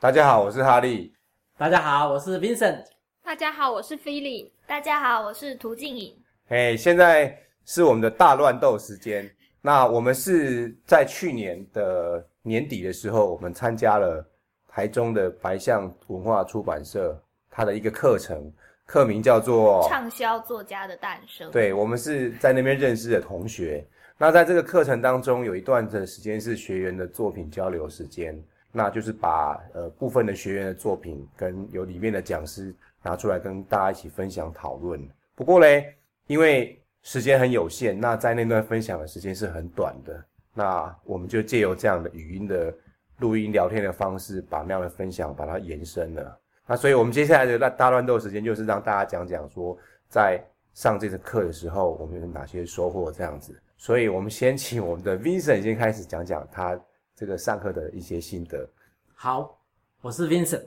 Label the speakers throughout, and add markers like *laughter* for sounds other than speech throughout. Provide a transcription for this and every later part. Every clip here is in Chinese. Speaker 1: 大家好，我是哈利。
Speaker 2: 大家好，我是 Vincent。
Speaker 3: 大家好，我是菲利。大家好，我是涂静颖。
Speaker 1: 嘿，现在是我们的大乱斗时间。那我们是在去年的年底的时候，我们参加了台中的白象文化出版社它的一个课程，课名叫做
Speaker 3: 畅销作家的诞生。，
Speaker 1: 对，我们是在那边认识的同学。那在这个课程当中，有一段的时间是学员的作品交流时间，那就是把呃部分的学员的作品跟有里面的讲师拿出来跟大家一起分享讨论。不过嘞，因为时间很有限，那在那段分享的时间是很短的，那我们就借由这样的语音的录音聊天的方式，把那样的分享把它延伸了。那所以我们接下来的大大乱斗时间，就是让大家讲讲说，在上这次课的时候，我们有哪些收获这样子。所以我们先请我们的 Vincent 先开始讲讲他这个上课的一些心得。
Speaker 2: 好，我是 Vincent。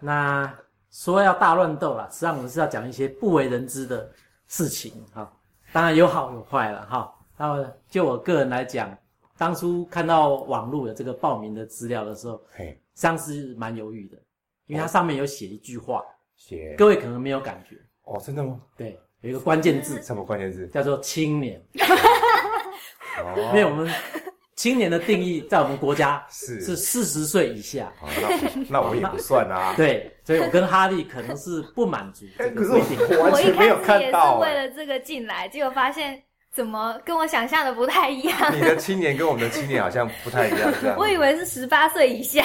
Speaker 2: 那说要大乱斗啦，实际上我们是要讲一些不为人知的事情哈、当然有好有坏了哈。那么就我个人来讲，当初看到网络的这个报名的资料的时候，实
Speaker 1: 嘿，
Speaker 2: 际上是蛮犹豫的，因为它上面有写一句话，
Speaker 1: 写
Speaker 2: 各位可能没有感觉，
Speaker 1: 哦，真的吗？
Speaker 2: 对，有一个关键字
Speaker 1: 什么关键字？
Speaker 2: 叫做青年，
Speaker 1: 哦
Speaker 2: 因为我们青年的定义在我们国家
Speaker 1: 是
Speaker 2: 是四十岁以下。
Speaker 1: 哦那那 *laughs* 我也不算啊。
Speaker 2: 对，所以我跟哈利可能是不满足
Speaker 1: 哎，
Speaker 2: 这
Speaker 1: *laughs* 可
Speaker 2: 个
Speaker 1: 是
Speaker 2: 规
Speaker 1: *laughs*
Speaker 2: 定。
Speaker 1: 我完
Speaker 3: 我一
Speaker 1: 全
Speaker 3: 开
Speaker 1: 没有
Speaker 3: 始也
Speaker 1: 看
Speaker 3: 是
Speaker 1: 到、
Speaker 3: 为了这个进来，结果发现怎么跟我想象的不太一样。
Speaker 1: 啊你的青年跟我们的青年好像不太一样，这样。
Speaker 3: *laughs* 我以为是十八岁以下，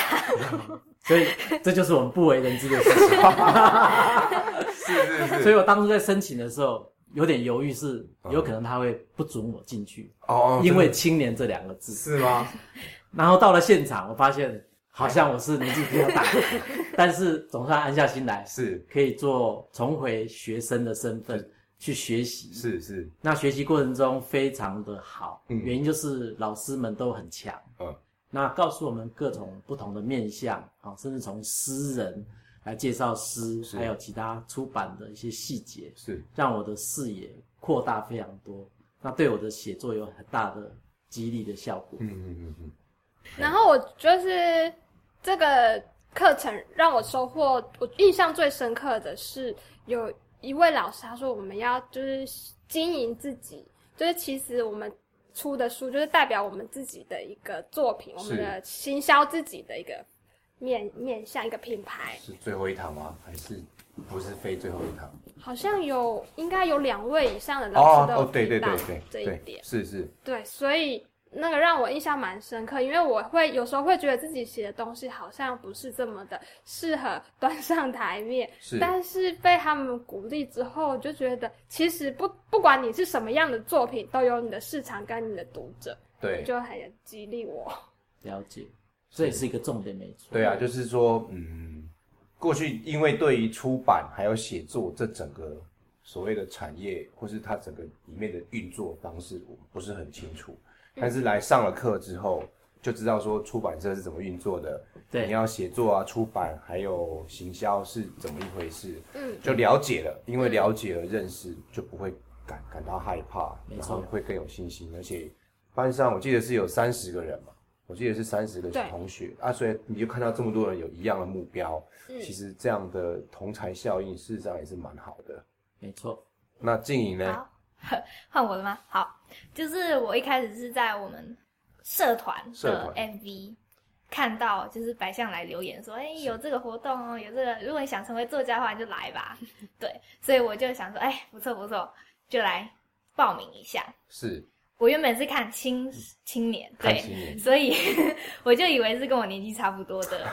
Speaker 2: 所以这就是我们不为人知的事情。
Speaker 1: 是是是。
Speaker 2: 所以我当初在申请的时候有点犹豫，是有可能他会不准我进去，
Speaker 1: 啊哦，哦
Speaker 2: 因为
Speaker 1: 真的
Speaker 2: 青年这两个字。
Speaker 1: 是吗？
Speaker 2: 然后到了现场，我发现好像我是年纪比较大，但是总算安下心来，
Speaker 1: 是
Speaker 2: 可以做重回学生的身份去学习。
Speaker 1: 是是，
Speaker 2: 那学习过程中非常的好，
Speaker 1: 嗯
Speaker 2: 原因就是老师们都很强，
Speaker 1: 嗯，
Speaker 2: 那告诉我们各种不同的面向啊，甚至从诗人来介绍诗，
Speaker 1: 是
Speaker 2: 还有其他出版的一些细节，
Speaker 1: 是
Speaker 2: 让我的视野扩大非常多，那对我的写作有很大的激励的效果。
Speaker 1: 嗯嗯嗯嗯，
Speaker 4: 然后我就是这个课程让我收获，我印象最深刻的是有一位老师，他说我们要就是经营自己，就是其实我们出的书就是代表我们自己的一个作品，我们
Speaker 1: 是
Speaker 4: 的行销自己的一个面面向一个品牌。
Speaker 1: 是最后一堂吗？还是不是非最后一堂？
Speaker 4: 好像有应该有两位以上的老师都有
Speaker 1: 哦对对
Speaker 4: 提到
Speaker 1: 对对，
Speaker 4: 这
Speaker 1: 对
Speaker 4: 一点。
Speaker 1: 是是
Speaker 4: 对，所以那个让我印象蛮深刻，因为我会有时候会觉得自己写的东西好像不是这么的适合 *laughs* 端上台面，
Speaker 1: 是，
Speaker 4: 但是被他们鼓励之后，我就觉得其实不不管你是什么样的作品，都有你的市场跟你的读者，
Speaker 1: 对
Speaker 4: 就很激励
Speaker 1: *laughs*
Speaker 4: 我。
Speaker 2: 了解，这也是一个重点，没错。
Speaker 1: 对啊，就是说，嗯，过去因为对于出版还有写作这整个所谓的产业，或是它整个里面的运作方式，我们不是很清楚。
Speaker 4: 嗯
Speaker 1: 但是来上了课之后，就知道说出版社是怎么运作的，
Speaker 2: 对
Speaker 1: 你要写作啊、出版还有行销是怎么一回事，
Speaker 4: 嗯，
Speaker 1: 就了解了，因为了解了认识，就不会感感到害怕，
Speaker 2: 没
Speaker 1: 然
Speaker 2: 错
Speaker 1: 后会更有信心。而且班上我记得是有三十个人嘛，我记得是三十个
Speaker 4: 对
Speaker 1: 同学啊，所以你就看到这么多人有一样的目标，
Speaker 3: 嗯
Speaker 1: 其实这样的同才效应事实上也是蛮好的。
Speaker 2: 没错，
Speaker 1: 那静怡呢？
Speaker 3: 好换我了吗？好，就是我一开始是在我们社团
Speaker 1: 社
Speaker 3: 的
Speaker 1: 团
Speaker 3: MV 看到，就是白象来留言说：“哎、有这个活动哦，有这个，如果你想成为作家的话，你就来吧。”对，所以我就想说：“哎、不错不错，就来报名一下。
Speaker 1: 是”
Speaker 3: 我原本是看青青年，
Speaker 1: 嗯看
Speaker 3: 对
Speaker 1: 青，年，
Speaker 3: 所以 *laughs* 我就以为是跟我年纪差不多的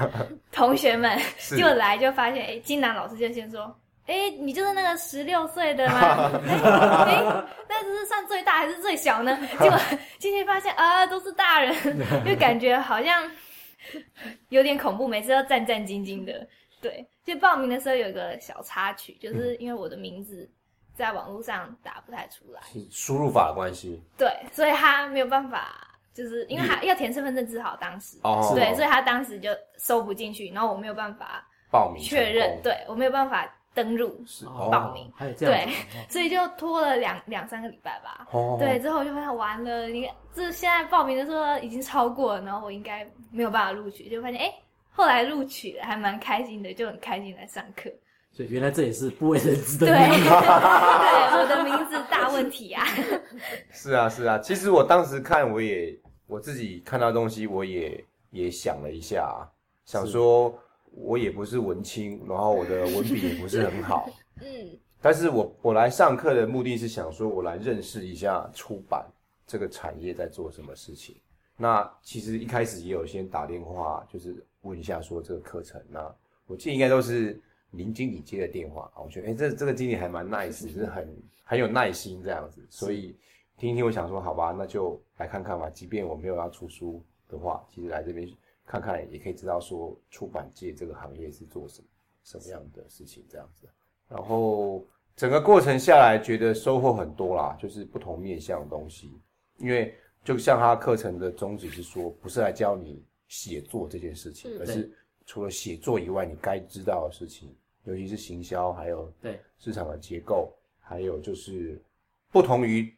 Speaker 3: 同学们，
Speaker 1: 是
Speaker 3: 就来就发现，哎、金南老师就先说。哎，你就是那个十六岁的吗？哎，那这是算最大还是最小呢？结果进去发现啊，都是大人，就感觉好像有点恐怖，每次都战战兢兢的。对，就报名的时候有一个小插曲，就是因为我的名字在网络上打不太出来，
Speaker 1: 是输入法的关系
Speaker 3: 对，所以他没有办法，就是因为他要填身份证字号，当时
Speaker 1: 哦
Speaker 3: 对，所以他当时就收不进去，然后我没有办法
Speaker 1: 报名
Speaker 3: 确
Speaker 1: 成
Speaker 3: 认，
Speaker 1: 功
Speaker 3: 对我没有办法登入，
Speaker 1: 是
Speaker 2: 哦
Speaker 3: 报名
Speaker 2: 还有这样子的
Speaker 3: 所以就拖了两两三个礼拜吧。
Speaker 1: 哦，
Speaker 3: 对，之后我就发现完了，你这现在报名的时候已经超过了，然后我应该没有办法录取，就发现哎、后来录取了，还蛮开心的，就很开心来上课。
Speaker 2: 所以原来这也是不为人知的
Speaker 3: 对，
Speaker 2: 秘密。
Speaker 3: 对，我的名字大问题啊！ *laughs*
Speaker 1: 是啊，是啊。其实我当时看，我也我自己看到东西，我也也想了一下，啊想
Speaker 2: 是
Speaker 1: 说我也不是文青，然后我的文笔也不是很好，
Speaker 4: 嗯，
Speaker 1: 但是我我来上课的目的是想说，我来认识一下出版这个产业在做什么事情。那其实一开始也有先打电话，就是问一下说这个课程那我记得应该都是林经理接的电话啊。我觉得哎、诶这这个经理还蛮 nice，就是很很有耐心这样子。所以听一听，我想说好吧，那就来看看吧。即便我没有要出书的话，其实来这边看看也可以知道说出版界这个行业是做什么什么样的事情这样子。然后整个过程下来，觉得收获很多啦，就是不同面向的东西。因为就像他课程的宗旨是说，不是来教你写作这件事情，
Speaker 4: 嗯
Speaker 1: 而
Speaker 2: 对
Speaker 1: 是除了写作以外，你该知道的事情，尤其是行销，还有
Speaker 2: 对
Speaker 1: 市场的结构，还有就是不同于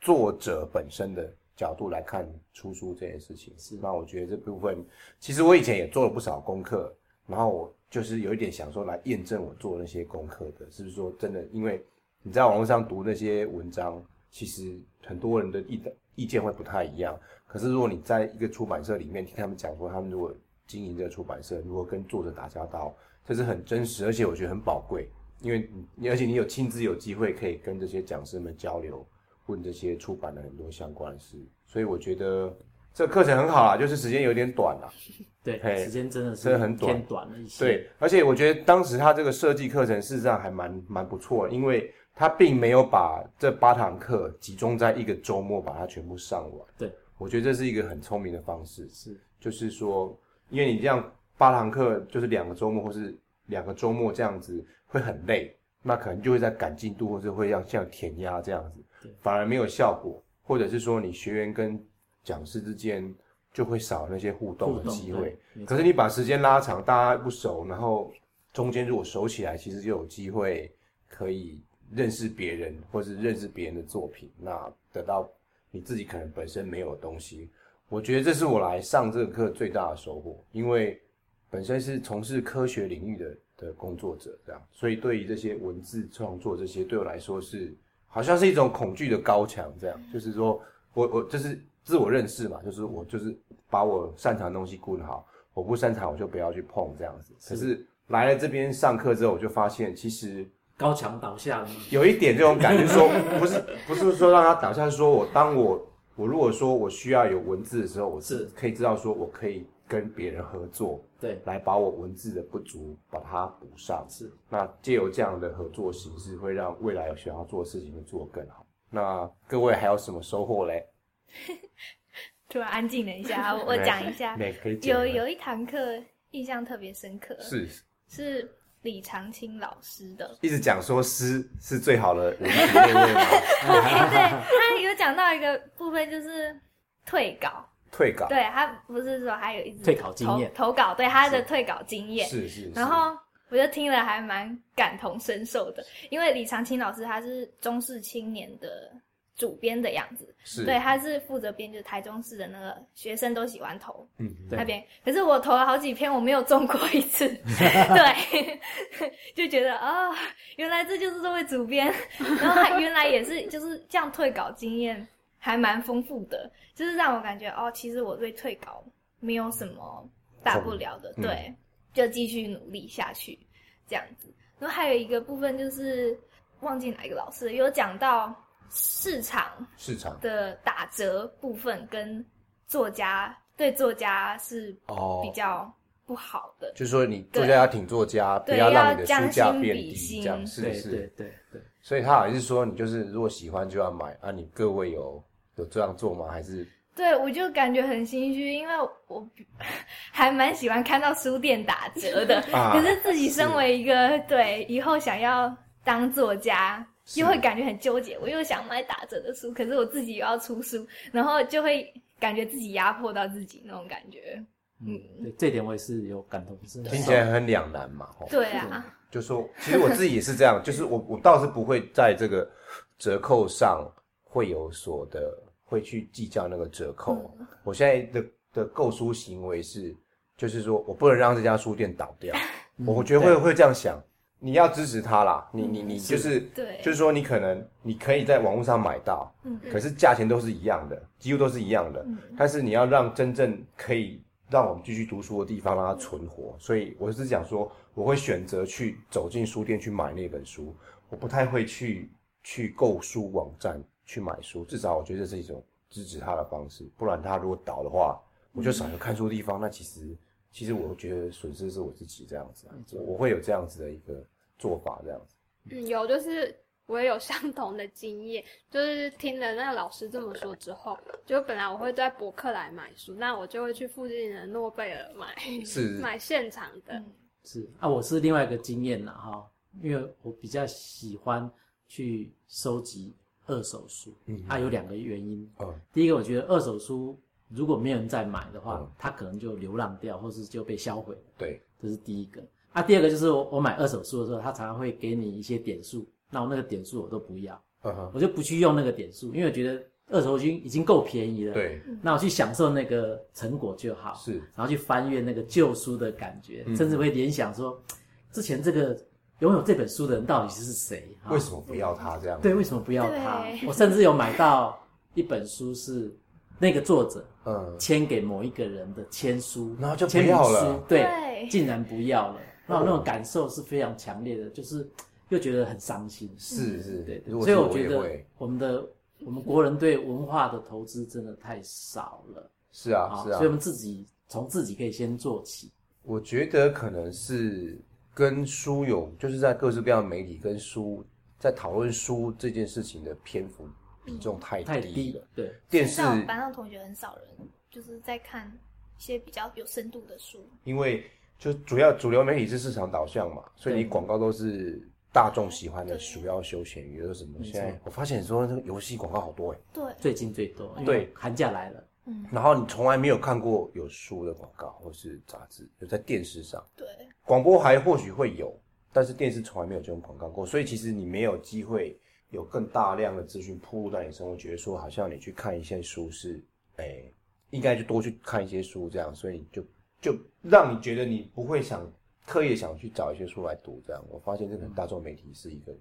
Speaker 1: 作者本身的角度来看出书这件事情。
Speaker 2: 是
Speaker 1: 那我觉得这部分，其实我以前也做了不少功课，然后我就是有一点想说来验证我做那些功课的，是不是说真的？因为你在网络上读那些文章，其实很多人的意的意见会不太一样。可是如果你在一个出版社里面听他们讲说，他们如果经营这个出版社，如何跟作者打交道，这是很真实，而且我觉得很宝贵。因为你，而且你有亲自有机会可以跟这些讲师们交流，问这些出版的很多相关的事，所以我觉得这个课程很好啦，就是时间有点短啦。嘿
Speaker 2: 对，时间真的是
Speaker 1: 真的很短
Speaker 2: 偏短了一些。
Speaker 1: 对，而且我觉得当时他这个设计课程事实上还蛮蛮不错的，因为他并没有把这八堂课集中在一个周末把它全部上完。
Speaker 2: 对，
Speaker 1: 我觉得这是一个很聪明的方式。
Speaker 2: 是
Speaker 1: 就是说，因为你这样八堂课就是两个周末或是两个周末这样子会很累，那可能就会在赶进度或是会让像填鸭这样子
Speaker 2: 对，
Speaker 1: 反而没有效果，或者是说你学员跟讲师之间就会少那些互动
Speaker 2: 互
Speaker 1: 的
Speaker 2: 动
Speaker 1: 机会。。
Speaker 2: 对没
Speaker 1: 可
Speaker 2: 错
Speaker 1: 是你把时间拉长，大家不熟，然后中间如果熟起来，其实就有机会可以认识别人，或是认识别人的作品，那得到你自己可能本身没有的东西。我觉得这是我来上这个课最大的收获，因为本身是从事科学领域的的工作者，这样，所以对于这些文字创作这些，对我来说是好像是一种恐惧的高墙，这样，就是说我我就是自我认识嘛，就是我就是把我擅长的东西顾得好，我不擅长我就不要去碰这样子。可是来了这边上课之后，我就发现其实
Speaker 2: 高墙倒下了嘛，
Speaker 1: 有一点这种感觉说，不是不是说让他倒下，是说我当我我如果说我需要有文字的时候，我是
Speaker 2: 是
Speaker 1: 可以知道说我可以跟别人合作，
Speaker 2: 对，
Speaker 1: 来把我文字的不足把它补上。
Speaker 2: 是
Speaker 1: 那借由这样的合作形式，会让未来有想要做的事情会做得更好。那各位还有什么收获嘞？
Speaker 3: 突然安静了一下，我我讲一下，
Speaker 1: 每可以讲
Speaker 3: 啊有
Speaker 1: 吗
Speaker 3: 有一堂课印象特别深刻，
Speaker 1: 是
Speaker 3: 是李长青老师的。 *laughs*
Speaker 1: 一直讲说诗是最好的文字内容吗，
Speaker 3: 哎对他有讲到一个部分，就是退稿。
Speaker 1: 退稿
Speaker 3: 对他不是说还有一直
Speaker 2: 退稿经验
Speaker 3: 投投稿，对他的
Speaker 1: 是
Speaker 3: 退稿经验。
Speaker 1: 是是，
Speaker 3: 然后我就听了还蛮感同身受的，因为李长青老师他是中视青年的主编的样子，
Speaker 1: 是
Speaker 3: 对，，他是负责编就是台中市的那个学生都喜欢投
Speaker 1: 嗯，
Speaker 2: 对
Speaker 3: 那边，可是我投了好几篇，我没有中过一次，对， *laughs* 就觉得啊、哦原来这就是这位主编，然后他原来也是就是这样退稿经验还蛮丰富的，就是让我感觉哦，其实我对退稿没有什么大不了的，
Speaker 1: 嗯
Speaker 3: 对，就继续努力下去这样子。然后还有一个部分就是忘记哪一个老师了有讲到市场
Speaker 1: 市场
Speaker 3: 的打折部分跟作家对作家是
Speaker 1: 哦
Speaker 3: 比较不好的，
Speaker 1: 就是说你
Speaker 3: 对
Speaker 1: 作家要挺作家，不
Speaker 3: 对
Speaker 1: 让你的
Speaker 3: 要将
Speaker 1: 书价
Speaker 3: 心
Speaker 1: 变
Speaker 3: 比
Speaker 1: 低，
Speaker 3: 心
Speaker 1: 这样是不
Speaker 2: 对对
Speaker 1: 是？
Speaker 2: 对对。
Speaker 1: 所以他好像是说，你就是如果喜欢就要买啊。你各位有有这样做吗？还是
Speaker 3: 对我就感觉很心虚，因为我 *laughs* 还蛮喜欢看到书店打折的，
Speaker 1: 啊
Speaker 3: 可是自己身为一个对以后想要当作家，
Speaker 1: 是
Speaker 3: 又会感觉很纠结。我又想买打折的书，可是我自己又要出书，然后就会感觉自己压迫到自己那种感觉。
Speaker 2: 嗯，对，这点我也是有感同身受。
Speaker 1: 听起来很两难嘛？吼
Speaker 3: 对啊，
Speaker 1: 就说，其实我自己也是这样，就是我我倒是不会在这个折扣上会有所的会去计较那个折扣。我现在的的购书行为是，就是说我不能让这家书店倒掉。
Speaker 2: 嗯
Speaker 1: 我觉得会会这样想，你要支持他啦，你你你
Speaker 2: 是
Speaker 1: 就是
Speaker 3: 对
Speaker 1: 就是说你可能你可以在网络上买到，
Speaker 3: 嗯
Speaker 1: 可是价钱都是一样的，几乎都是一样的，
Speaker 3: 嗯
Speaker 1: 但是你要让真正可以让我们继续读书的地方让它存活，所以我是讲说，我会选择去走进书店去买那本书，我不太会去去购书网站去买书，至少我觉得这是一种支持他的方式，不然他如果倒的话，我就少一个看书的地方，那其实其实我觉得损失是我自己这样子、
Speaker 2: 嗯
Speaker 1: 啊，我我会有这样子的一个做法这样子，
Speaker 4: 嗯，有，就是我也有相同的经验，就是听了那个老师这么说之后，就本来我会在博客来买书，那我就会去附近的诺贝尔买
Speaker 1: 是
Speaker 4: 买现场的。
Speaker 2: 是啊，我是另外一个经验啦哈、因为我比较喜欢去收集二手书，
Speaker 1: 嗯
Speaker 2: 啊，有两个原因。
Speaker 1: 嗯
Speaker 2: 第一个，我觉得二手书如果没有人再买的话，
Speaker 1: 嗯
Speaker 2: 它可能就流浪掉，或是就被销毁，
Speaker 1: 对
Speaker 2: 这是第一个。啊，第二个就是我我买二手书的时候，他常常会给你一些点数，那我那个点数我都不要，
Speaker 1: 嗯哼
Speaker 2: 我就不去用那个点数，因为我觉得二手书已经已经够便宜了。，
Speaker 1: 对
Speaker 2: 那我去享受那个成果就好。
Speaker 1: 是
Speaker 2: 然后去翻阅那个旧书的感觉，
Speaker 1: 嗯
Speaker 2: 甚至会联想说，之前这个拥有这本书的人到底是谁？啊
Speaker 1: 为什么不要他这样？
Speaker 2: 对，为什么不要他？
Speaker 3: 对
Speaker 2: 我甚至有买到一本书是那个作者
Speaker 1: 嗯，
Speaker 2: 签给某一个人的签书，
Speaker 1: 然后就不
Speaker 2: 签名
Speaker 1: 要
Speaker 2: 书
Speaker 1: 了
Speaker 2: 对，
Speaker 3: 对
Speaker 2: 竟然不要了。那我那种感受是非常强烈的，就是又觉得很伤心。
Speaker 1: 是是，
Speaker 2: 对，对
Speaker 1: 如果
Speaker 2: 所以
Speaker 1: 是
Speaker 2: 我
Speaker 1: 我
Speaker 2: 觉
Speaker 1: 也
Speaker 2: 得
Speaker 1: 会，
Speaker 2: 我们的我们国人对文化的投资真的太少了。
Speaker 1: 是啊
Speaker 2: 好，
Speaker 1: 是
Speaker 2: 所以我
Speaker 1: 啊，
Speaker 2: 们自己从自己可以先做起。
Speaker 1: 我觉得可能是跟书有，就是在各式各样的媒体跟书在讨论书这件事情的篇幅比重太
Speaker 2: 太
Speaker 1: 低
Speaker 2: 低
Speaker 1: 了
Speaker 2: 了，，对，
Speaker 1: 电视
Speaker 3: 像我们班上同学很少人就是在看一些比较有深度的书，
Speaker 1: 因为就主要主流媒体是市场导向嘛，所以你
Speaker 2: 对
Speaker 1: 广告都是大众喜欢的，
Speaker 3: 对
Speaker 1: 鼠标休闲娱乐什么。
Speaker 2: 没错
Speaker 1: 现在我发现说那个游戏广告好多哎，
Speaker 3: 对，
Speaker 2: 最近最多，因
Speaker 1: 对
Speaker 2: 为寒假来了，
Speaker 3: 嗯，
Speaker 1: 然后你从来没有看过有书的广告或是杂志，就在电视上。
Speaker 3: 对，
Speaker 1: 广播还或许会有，但是电视从来没有这种广告过，所以其实你没有机会有更大量的资讯铺入在你生活，觉得说好像你去看一些书是，哎、应该就多去看一些书这样，所以就就让你觉得你不会想刻意地想去找一些书来读这样。我发现这个大众媒体是一个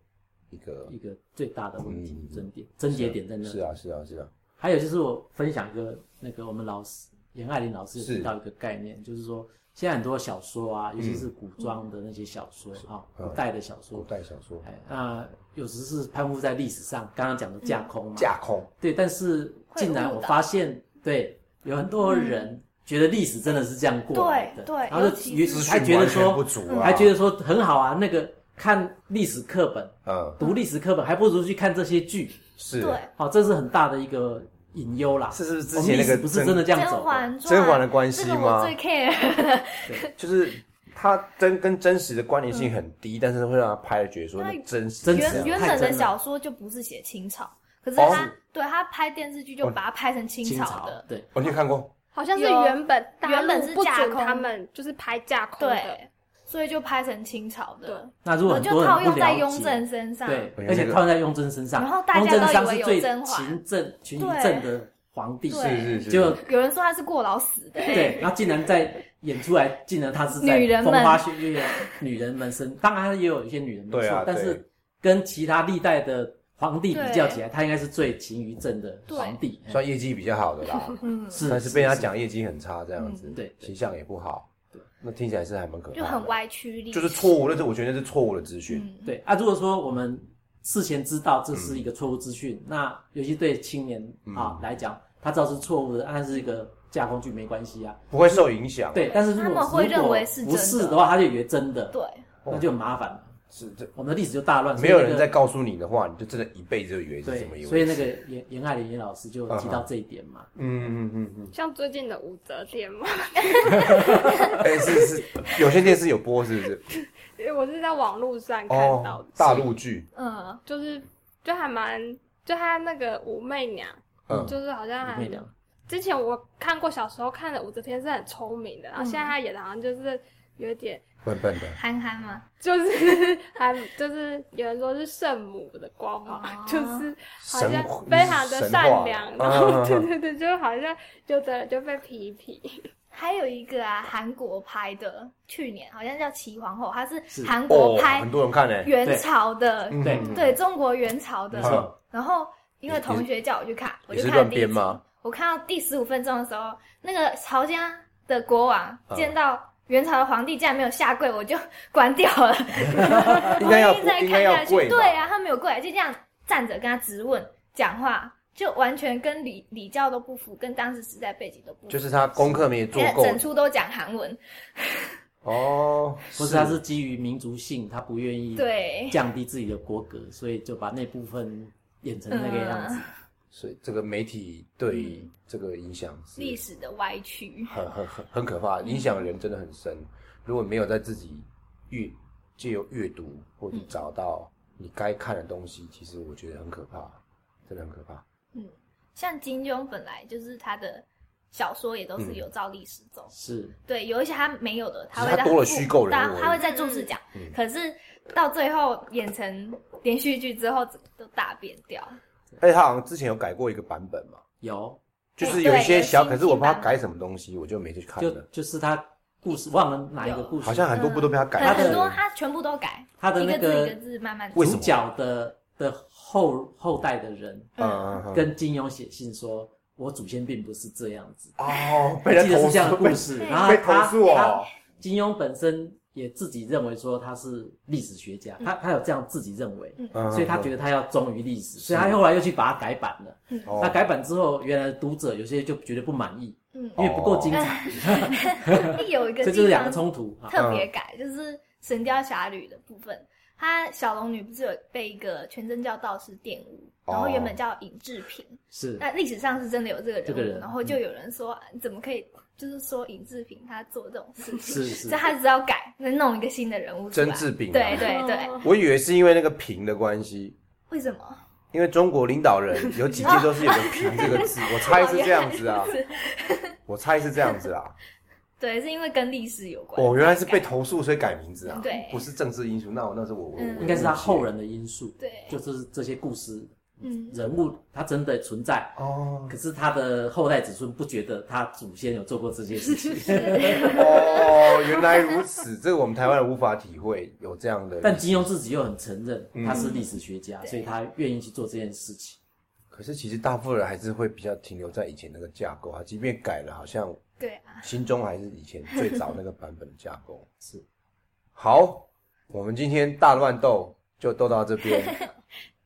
Speaker 1: 一个
Speaker 2: 一个最大的问题
Speaker 1: 嗯
Speaker 2: 症点，症结点在那。
Speaker 1: 是啊是啊是啊，
Speaker 2: 还有就是我分享一个那个我们老师严爱玲老师有
Speaker 1: 是
Speaker 2: 提到一个概念，就是说现在很多小说啊，尤其是古装的那些小说啊，
Speaker 1: 嗯
Speaker 2: 古代的小
Speaker 1: 古
Speaker 2: 说，
Speaker 1: 代小说
Speaker 2: 哎，那有时是攀附在历史上，刚刚讲的架空嘛，
Speaker 1: 架空，
Speaker 2: 对，但是竟然我发现，对，有很多人觉得历史真的是这样过来的，
Speaker 3: 嗯对对
Speaker 2: 然后
Speaker 3: 尤
Speaker 2: 就
Speaker 3: 其
Speaker 2: 也
Speaker 1: 资
Speaker 2: 还
Speaker 1: 讯
Speaker 2: 觉得
Speaker 1: 完全不
Speaker 2: 说，
Speaker 1: 足啊，
Speaker 2: 还觉得说很好啊，那个看历史课本，
Speaker 1: 嗯
Speaker 2: 读历史课本还不如去看这些剧，
Speaker 1: 是
Speaker 3: 对
Speaker 2: 好、这是很大的一个隐忧啦。
Speaker 1: 是是不是之
Speaker 2: 我们
Speaker 1: 前
Speaker 2: 哦
Speaker 1: 那
Speaker 2: 历
Speaker 1: 个
Speaker 2: 史不是
Speaker 1: 甄
Speaker 2: 真的这
Speaker 3: 《
Speaker 2: 样
Speaker 3: 甄
Speaker 2: 走的，
Speaker 3: 嬛传》
Speaker 1: 甄嬛的关系
Speaker 3: 这个
Speaker 1: 吗
Speaker 2: *laughs*
Speaker 3: 我最 care，
Speaker 1: 就是它真跟真实的关联性很低，但是会让他拍的觉得说那
Speaker 3: 那
Speaker 1: 真实
Speaker 2: 真
Speaker 1: 这
Speaker 2: 实
Speaker 1: 样
Speaker 3: 原
Speaker 2: 啊
Speaker 3: 原
Speaker 2: 太
Speaker 3: 本的
Speaker 2: 真了
Speaker 3: 小说就不是写清朝，可是
Speaker 1: 哦
Speaker 3: 他对他拍电视剧就把它拍成清
Speaker 2: 哦清
Speaker 3: 朝
Speaker 2: 朝
Speaker 3: 的，
Speaker 2: 对，
Speaker 1: 我哦你有看过，
Speaker 4: 好像是
Speaker 3: 有
Speaker 4: 原本大陆
Speaker 3: 原本是
Speaker 4: 不
Speaker 3: 架
Speaker 4: 准
Speaker 3: 空
Speaker 4: 他们就是拍架空的
Speaker 3: 对，所以就拍成清朝的，
Speaker 2: 那如果
Speaker 3: 我
Speaker 2: 很
Speaker 3: 就
Speaker 2: 多人
Speaker 3: 套
Speaker 2: 不
Speaker 3: 用在
Speaker 2: 了
Speaker 3: 雍
Speaker 2: 解，
Speaker 3: 正身上，
Speaker 2: 对，
Speaker 1: 哎呀
Speaker 2: 而
Speaker 1: 那
Speaker 2: 且
Speaker 1: 个
Speaker 2: 套用在雍正身上，
Speaker 3: 然后大
Speaker 2: 雍
Speaker 3: 家
Speaker 2: 正
Speaker 3: 都以
Speaker 2: 上
Speaker 3: 为
Speaker 2: 是
Speaker 3: 有
Speaker 2: 最
Speaker 3: 甄嬛
Speaker 2: 勤政、群
Speaker 3: 对
Speaker 2: 政的皇帝，
Speaker 3: 对
Speaker 1: 是是是
Speaker 2: 结果
Speaker 3: 有人说他是过劳死 *laughs* 的，
Speaker 2: 对，然后竟然在演出来，竟然她是在
Speaker 3: 女人
Speaker 2: 风
Speaker 3: 们
Speaker 2: 花雪月的女人们身，当然她也有一些女人没
Speaker 1: 对
Speaker 2: 错，
Speaker 1: 啊
Speaker 2: 但是
Speaker 1: 对
Speaker 2: 跟其他历代的皇帝比较起来，她应该是最勤于政的
Speaker 3: 对
Speaker 2: 皇帝，哎
Speaker 1: 算业绩比较好的啦，
Speaker 3: 嗯，
Speaker 2: 是，
Speaker 1: 但是被人家讲业绩很差这样子，
Speaker 3: 嗯
Speaker 2: 对
Speaker 1: 形象也不好
Speaker 2: 对，
Speaker 1: 那听起来是还蛮可怕的，
Speaker 3: 就很，歪曲历史，
Speaker 1: 就是错误，那是我觉得是错误的资讯，
Speaker 3: 嗯，
Speaker 2: 是对啊。如果说我们事前知道这是一个错误资讯，那尤其对青年
Speaker 1: 嗯
Speaker 2: 啊来讲，他知道是错误的，啊那是一个架空剧没关系啊。
Speaker 1: 不会受影响，
Speaker 2: 对，但是如果
Speaker 3: 他们会
Speaker 2: 如果
Speaker 3: 认为是
Speaker 2: 不
Speaker 3: 真
Speaker 2: 是
Speaker 3: 的
Speaker 2: 的话，他就以为真的，
Speaker 3: 对，
Speaker 2: 那就很麻烦了。
Speaker 1: 是这
Speaker 2: 我们的历史就大乱，所以
Speaker 1: 没有
Speaker 2: 那
Speaker 1: 人
Speaker 2: 个
Speaker 1: 在告诉你的话，你就真的一辈子就以为是
Speaker 2: 对
Speaker 1: 什么一，回事
Speaker 2: 所以那个严严爱玲严老师就提到这一点嘛，
Speaker 1: 嗯嗯嗯嗯，
Speaker 4: 像最近的武则天嘛， *laughs*
Speaker 1: 哎是是，有线电视有播是不是？
Speaker 4: 因为我是在网络上看到
Speaker 1: 哦
Speaker 4: 的，，
Speaker 1: 大陆剧，
Speaker 3: 嗯，
Speaker 4: 就是就还蛮，就她那个武媚娘，
Speaker 1: 嗯，
Speaker 4: 就是好像
Speaker 2: 武
Speaker 4: 还
Speaker 2: 媚娘，
Speaker 4: 之前我看过小时候看的武则天是很聪明的，
Speaker 3: 嗯
Speaker 4: 然后现在她演的好像就是有点， *laughs*
Speaker 1: 笨笨的，
Speaker 3: 憨憨嘛，
Speaker 4: 就是还就是有人说是圣母的光芒，
Speaker 3: 哦
Speaker 4: 就是好
Speaker 1: 神
Speaker 4: 像
Speaker 1: 话
Speaker 4: 非常的
Speaker 1: 神
Speaker 4: 善
Speaker 1: 话
Speaker 4: 良，
Speaker 1: 啊
Speaker 4: 然后
Speaker 1: 啊啊
Speaker 4: 对对对，就好像有的人就被批评，
Speaker 3: 还有一个啊，韩国拍的，去年好像叫《齐皇后》，它是
Speaker 2: 是
Speaker 3: 韩
Speaker 1: 哦
Speaker 3: 国，拍
Speaker 1: 很多人看呢、
Speaker 3: 元朝的，
Speaker 1: 嗯
Speaker 2: 对
Speaker 1: 嗯
Speaker 3: 对中国元朝的
Speaker 2: 没。错，
Speaker 3: 然后因为同学叫我去看，我
Speaker 1: 你
Speaker 3: 就是看
Speaker 1: 乱
Speaker 3: 第一
Speaker 1: 编
Speaker 3: 集。
Speaker 1: 吗？
Speaker 3: 我看到第十五分钟的时候，那个曹家的国王
Speaker 1: 嗯
Speaker 3: 见到元朝的皇帝竟然没有下跪，我就关掉了。我
Speaker 1: 应该要
Speaker 3: 一直在
Speaker 1: 应该
Speaker 3: 看
Speaker 1: 要
Speaker 3: 下去
Speaker 1: 跪，吧
Speaker 3: 对啊，他没有跪，就这样站着跟他质问、讲话，就完全跟礼礼教都不符，跟当时时代背景都不符。
Speaker 1: 就是他功课没做
Speaker 3: 现在
Speaker 1: 够
Speaker 3: 整出都讲韩文，
Speaker 1: 哦，
Speaker 2: 不是，他是基于民族性，他不愿
Speaker 1: 嗯
Speaker 2: 意
Speaker 3: 对，
Speaker 2: 降低自己的国格，所以就把那部分演成那个样子。
Speaker 3: 嗯
Speaker 1: 所以这个媒体对这个影响是
Speaker 3: 历史的歪曲。
Speaker 1: 很很很很可怕，影响人真的很深。如果没有在自己阅借由阅读或者找到你该看的东西，其实我觉得很可怕，真的很可怕。
Speaker 3: 像金庸本来就是他的小说也都是有照历史走，
Speaker 2: 是，
Speaker 3: 对，有一些他没有的，
Speaker 1: 只
Speaker 3: 会
Speaker 1: 是
Speaker 3: 在
Speaker 1: 他多了
Speaker 3: 附
Speaker 1: 虚构人物
Speaker 3: 嗯他
Speaker 1: 而已
Speaker 3: 他会在注释讲，
Speaker 1: 嗯
Speaker 3: 可是到最后演成连续剧之后整个都大变掉。
Speaker 1: 而且哎他好像之前有改过一个版本嘛，
Speaker 2: 有，
Speaker 1: 就是
Speaker 3: 哎
Speaker 1: 有一些
Speaker 3: 对
Speaker 1: 小，
Speaker 3: 有
Speaker 1: 可
Speaker 3: 新
Speaker 1: 是我不知道
Speaker 3: 新版
Speaker 1: 改什么东西，我就没去看
Speaker 2: 就
Speaker 1: 了。
Speaker 2: 就是他故事忘了哪一个
Speaker 3: 有
Speaker 2: 故事，
Speaker 1: 好像很多部都被他改
Speaker 3: 很
Speaker 1: 了。
Speaker 2: 他的
Speaker 3: 很多他全部都改，
Speaker 2: 他的
Speaker 3: 一
Speaker 2: 那
Speaker 3: 个字一
Speaker 2: 个
Speaker 3: 个字慢慢
Speaker 1: 为什
Speaker 2: 主
Speaker 1: 么
Speaker 2: 角的的后后代的人
Speaker 1: 嗯
Speaker 3: 嗯，
Speaker 1: 嗯嗯
Speaker 2: 跟金庸写信说，我祖先并不是这样子，
Speaker 1: 哦，
Speaker 2: 我
Speaker 1: 被人
Speaker 2: 记得
Speaker 1: 投
Speaker 2: 是这样的
Speaker 1: 诉，被
Speaker 2: 故事，
Speaker 3: 被
Speaker 2: 然后
Speaker 1: 被投
Speaker 2: 他
Speaker 1: 诉
Speaker 2: 啊
Speaker 1: 哦。
Speaker 2: 金庸本身也自己认为说他是历史学
Speaker 3: 嗯
Speaker 2: 家，他他有这样自己认为，
Speaker 1: 嗯
Speaker 2: 啊所以他觉得他要忠于历
Speaker 3: 啊
Speaker 2: 史，所以他后来又去把它改版了。
Speaker 1: 哦
Speaker 2: 那改版之后，原来读者有些就觉得不满意，
Speaker 3: 嗯
Speaker 2: 因为不够精彩，
Speaker 3: 有一
Speaker 2: 这
Speaker 3: 个
Speaker 2: 就是
Speaker 3: 地
Speaker 2: 两个
Speaker 3: 方
Speaker 2: 冲突啊。
Speaker 3: 特哎别改，就是《神雕侠侣》的部分。她小龙女不是有被一个全真教道士玷污，
Speaker 1: 哦
Speaker 3: 然后原本叫尹志平，
Speaker 2: 是
Speaker 3: 那历史上是真的有这个人物，
Speaker 2: 这个人
Speaker 3: 然后
Speaker 1: 嗯
Speaker 3: 就有人说、啊你怎么可以，就是说尹志平他做这种事情，
Speaker 2: 是是
Speaker 3: 所以，他只要改，那弄一个新的人物出来
Speaker 1: 曾志炳啊
Speaker 3: 对对对，
Speaker 1: 我以为是因为那个“平”的关系，
Speaker 3: 为什么？
Speaker 1: 因为中国领导人有几届都是有个“平”这个字，我
Speaker 3: 哦
Speaker 1: 猜是这样子啊，我猜是这样子啊。
Speaker 3: 对，是因为跟历史有关。
Speaker 1: 哦，原来是被投诉所以改名字啊，
Speaker 3: 对
Speaker 1: 不是政治因素。那我那是我我
Speaker 3: 嗯
Speaker 1: 我
Speaker 2: 应该是他后人的因素，
Speaker 3: 对
Speaker 2: 就是这些故事
Speaker 3: 嗯，
Speaker 2: 人物他真的存在，
Speaker 1: 哦
Speaker 2: 可是他的后代子孙不觉得他祖先有做过这些事情，
Speaker 3: *laughs*
Speaker 1: 哦，原来如此，这个我们台湾人无法体会有这样的。
Speaker 2: 但金庸自己又很承认他是历史学家，
Speaker 3: 嗯
Speaker 2: 所以他愿意去做这件事情。
Speaker 1: 可是其实大部分人还是会比较停留在以前那个架构啊，即便改了，好像
Speaker 3: 对啊，
Speaker 1: 心中还是以前最早那个版本的架构。
Speaker 2: 是，
Speaker 3: 嗯
Speaker 1: 好，我们今天大乱斗就斗到这
Speaker 3: *laughs*
Speaker 1: 边，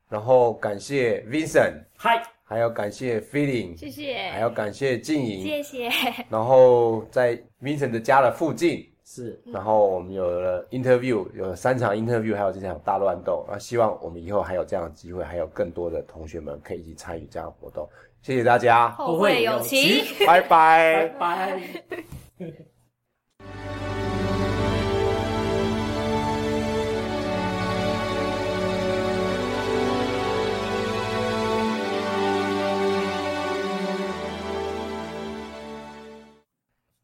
Speaker 1: 然后感谢 Vincent，
Speaker 2: 嗨，
Speaker 1: 还要感谢 Feeling，
Speaker 3: 谢
Speaker 1: 还
Speaker 3: 谢，
Speaker 1: 要感谢静莹，
Speaker 3: 谢谢，
Speaker 1: 然后在 Vincent 的家的附近，
Speaker 2: 是
Speaker 3: 嗯
Speaker 1: 然后我们有了 interview，有了三场 interview，还有这场大乱斗。那希望我们以后还有这样的机会，还有更多的同学们可以一起参与这样的活动。谢谢大家，
Speaker 3: 后会有期。
Speaker 1: 拜拜
Speaker 2: 拜。拜。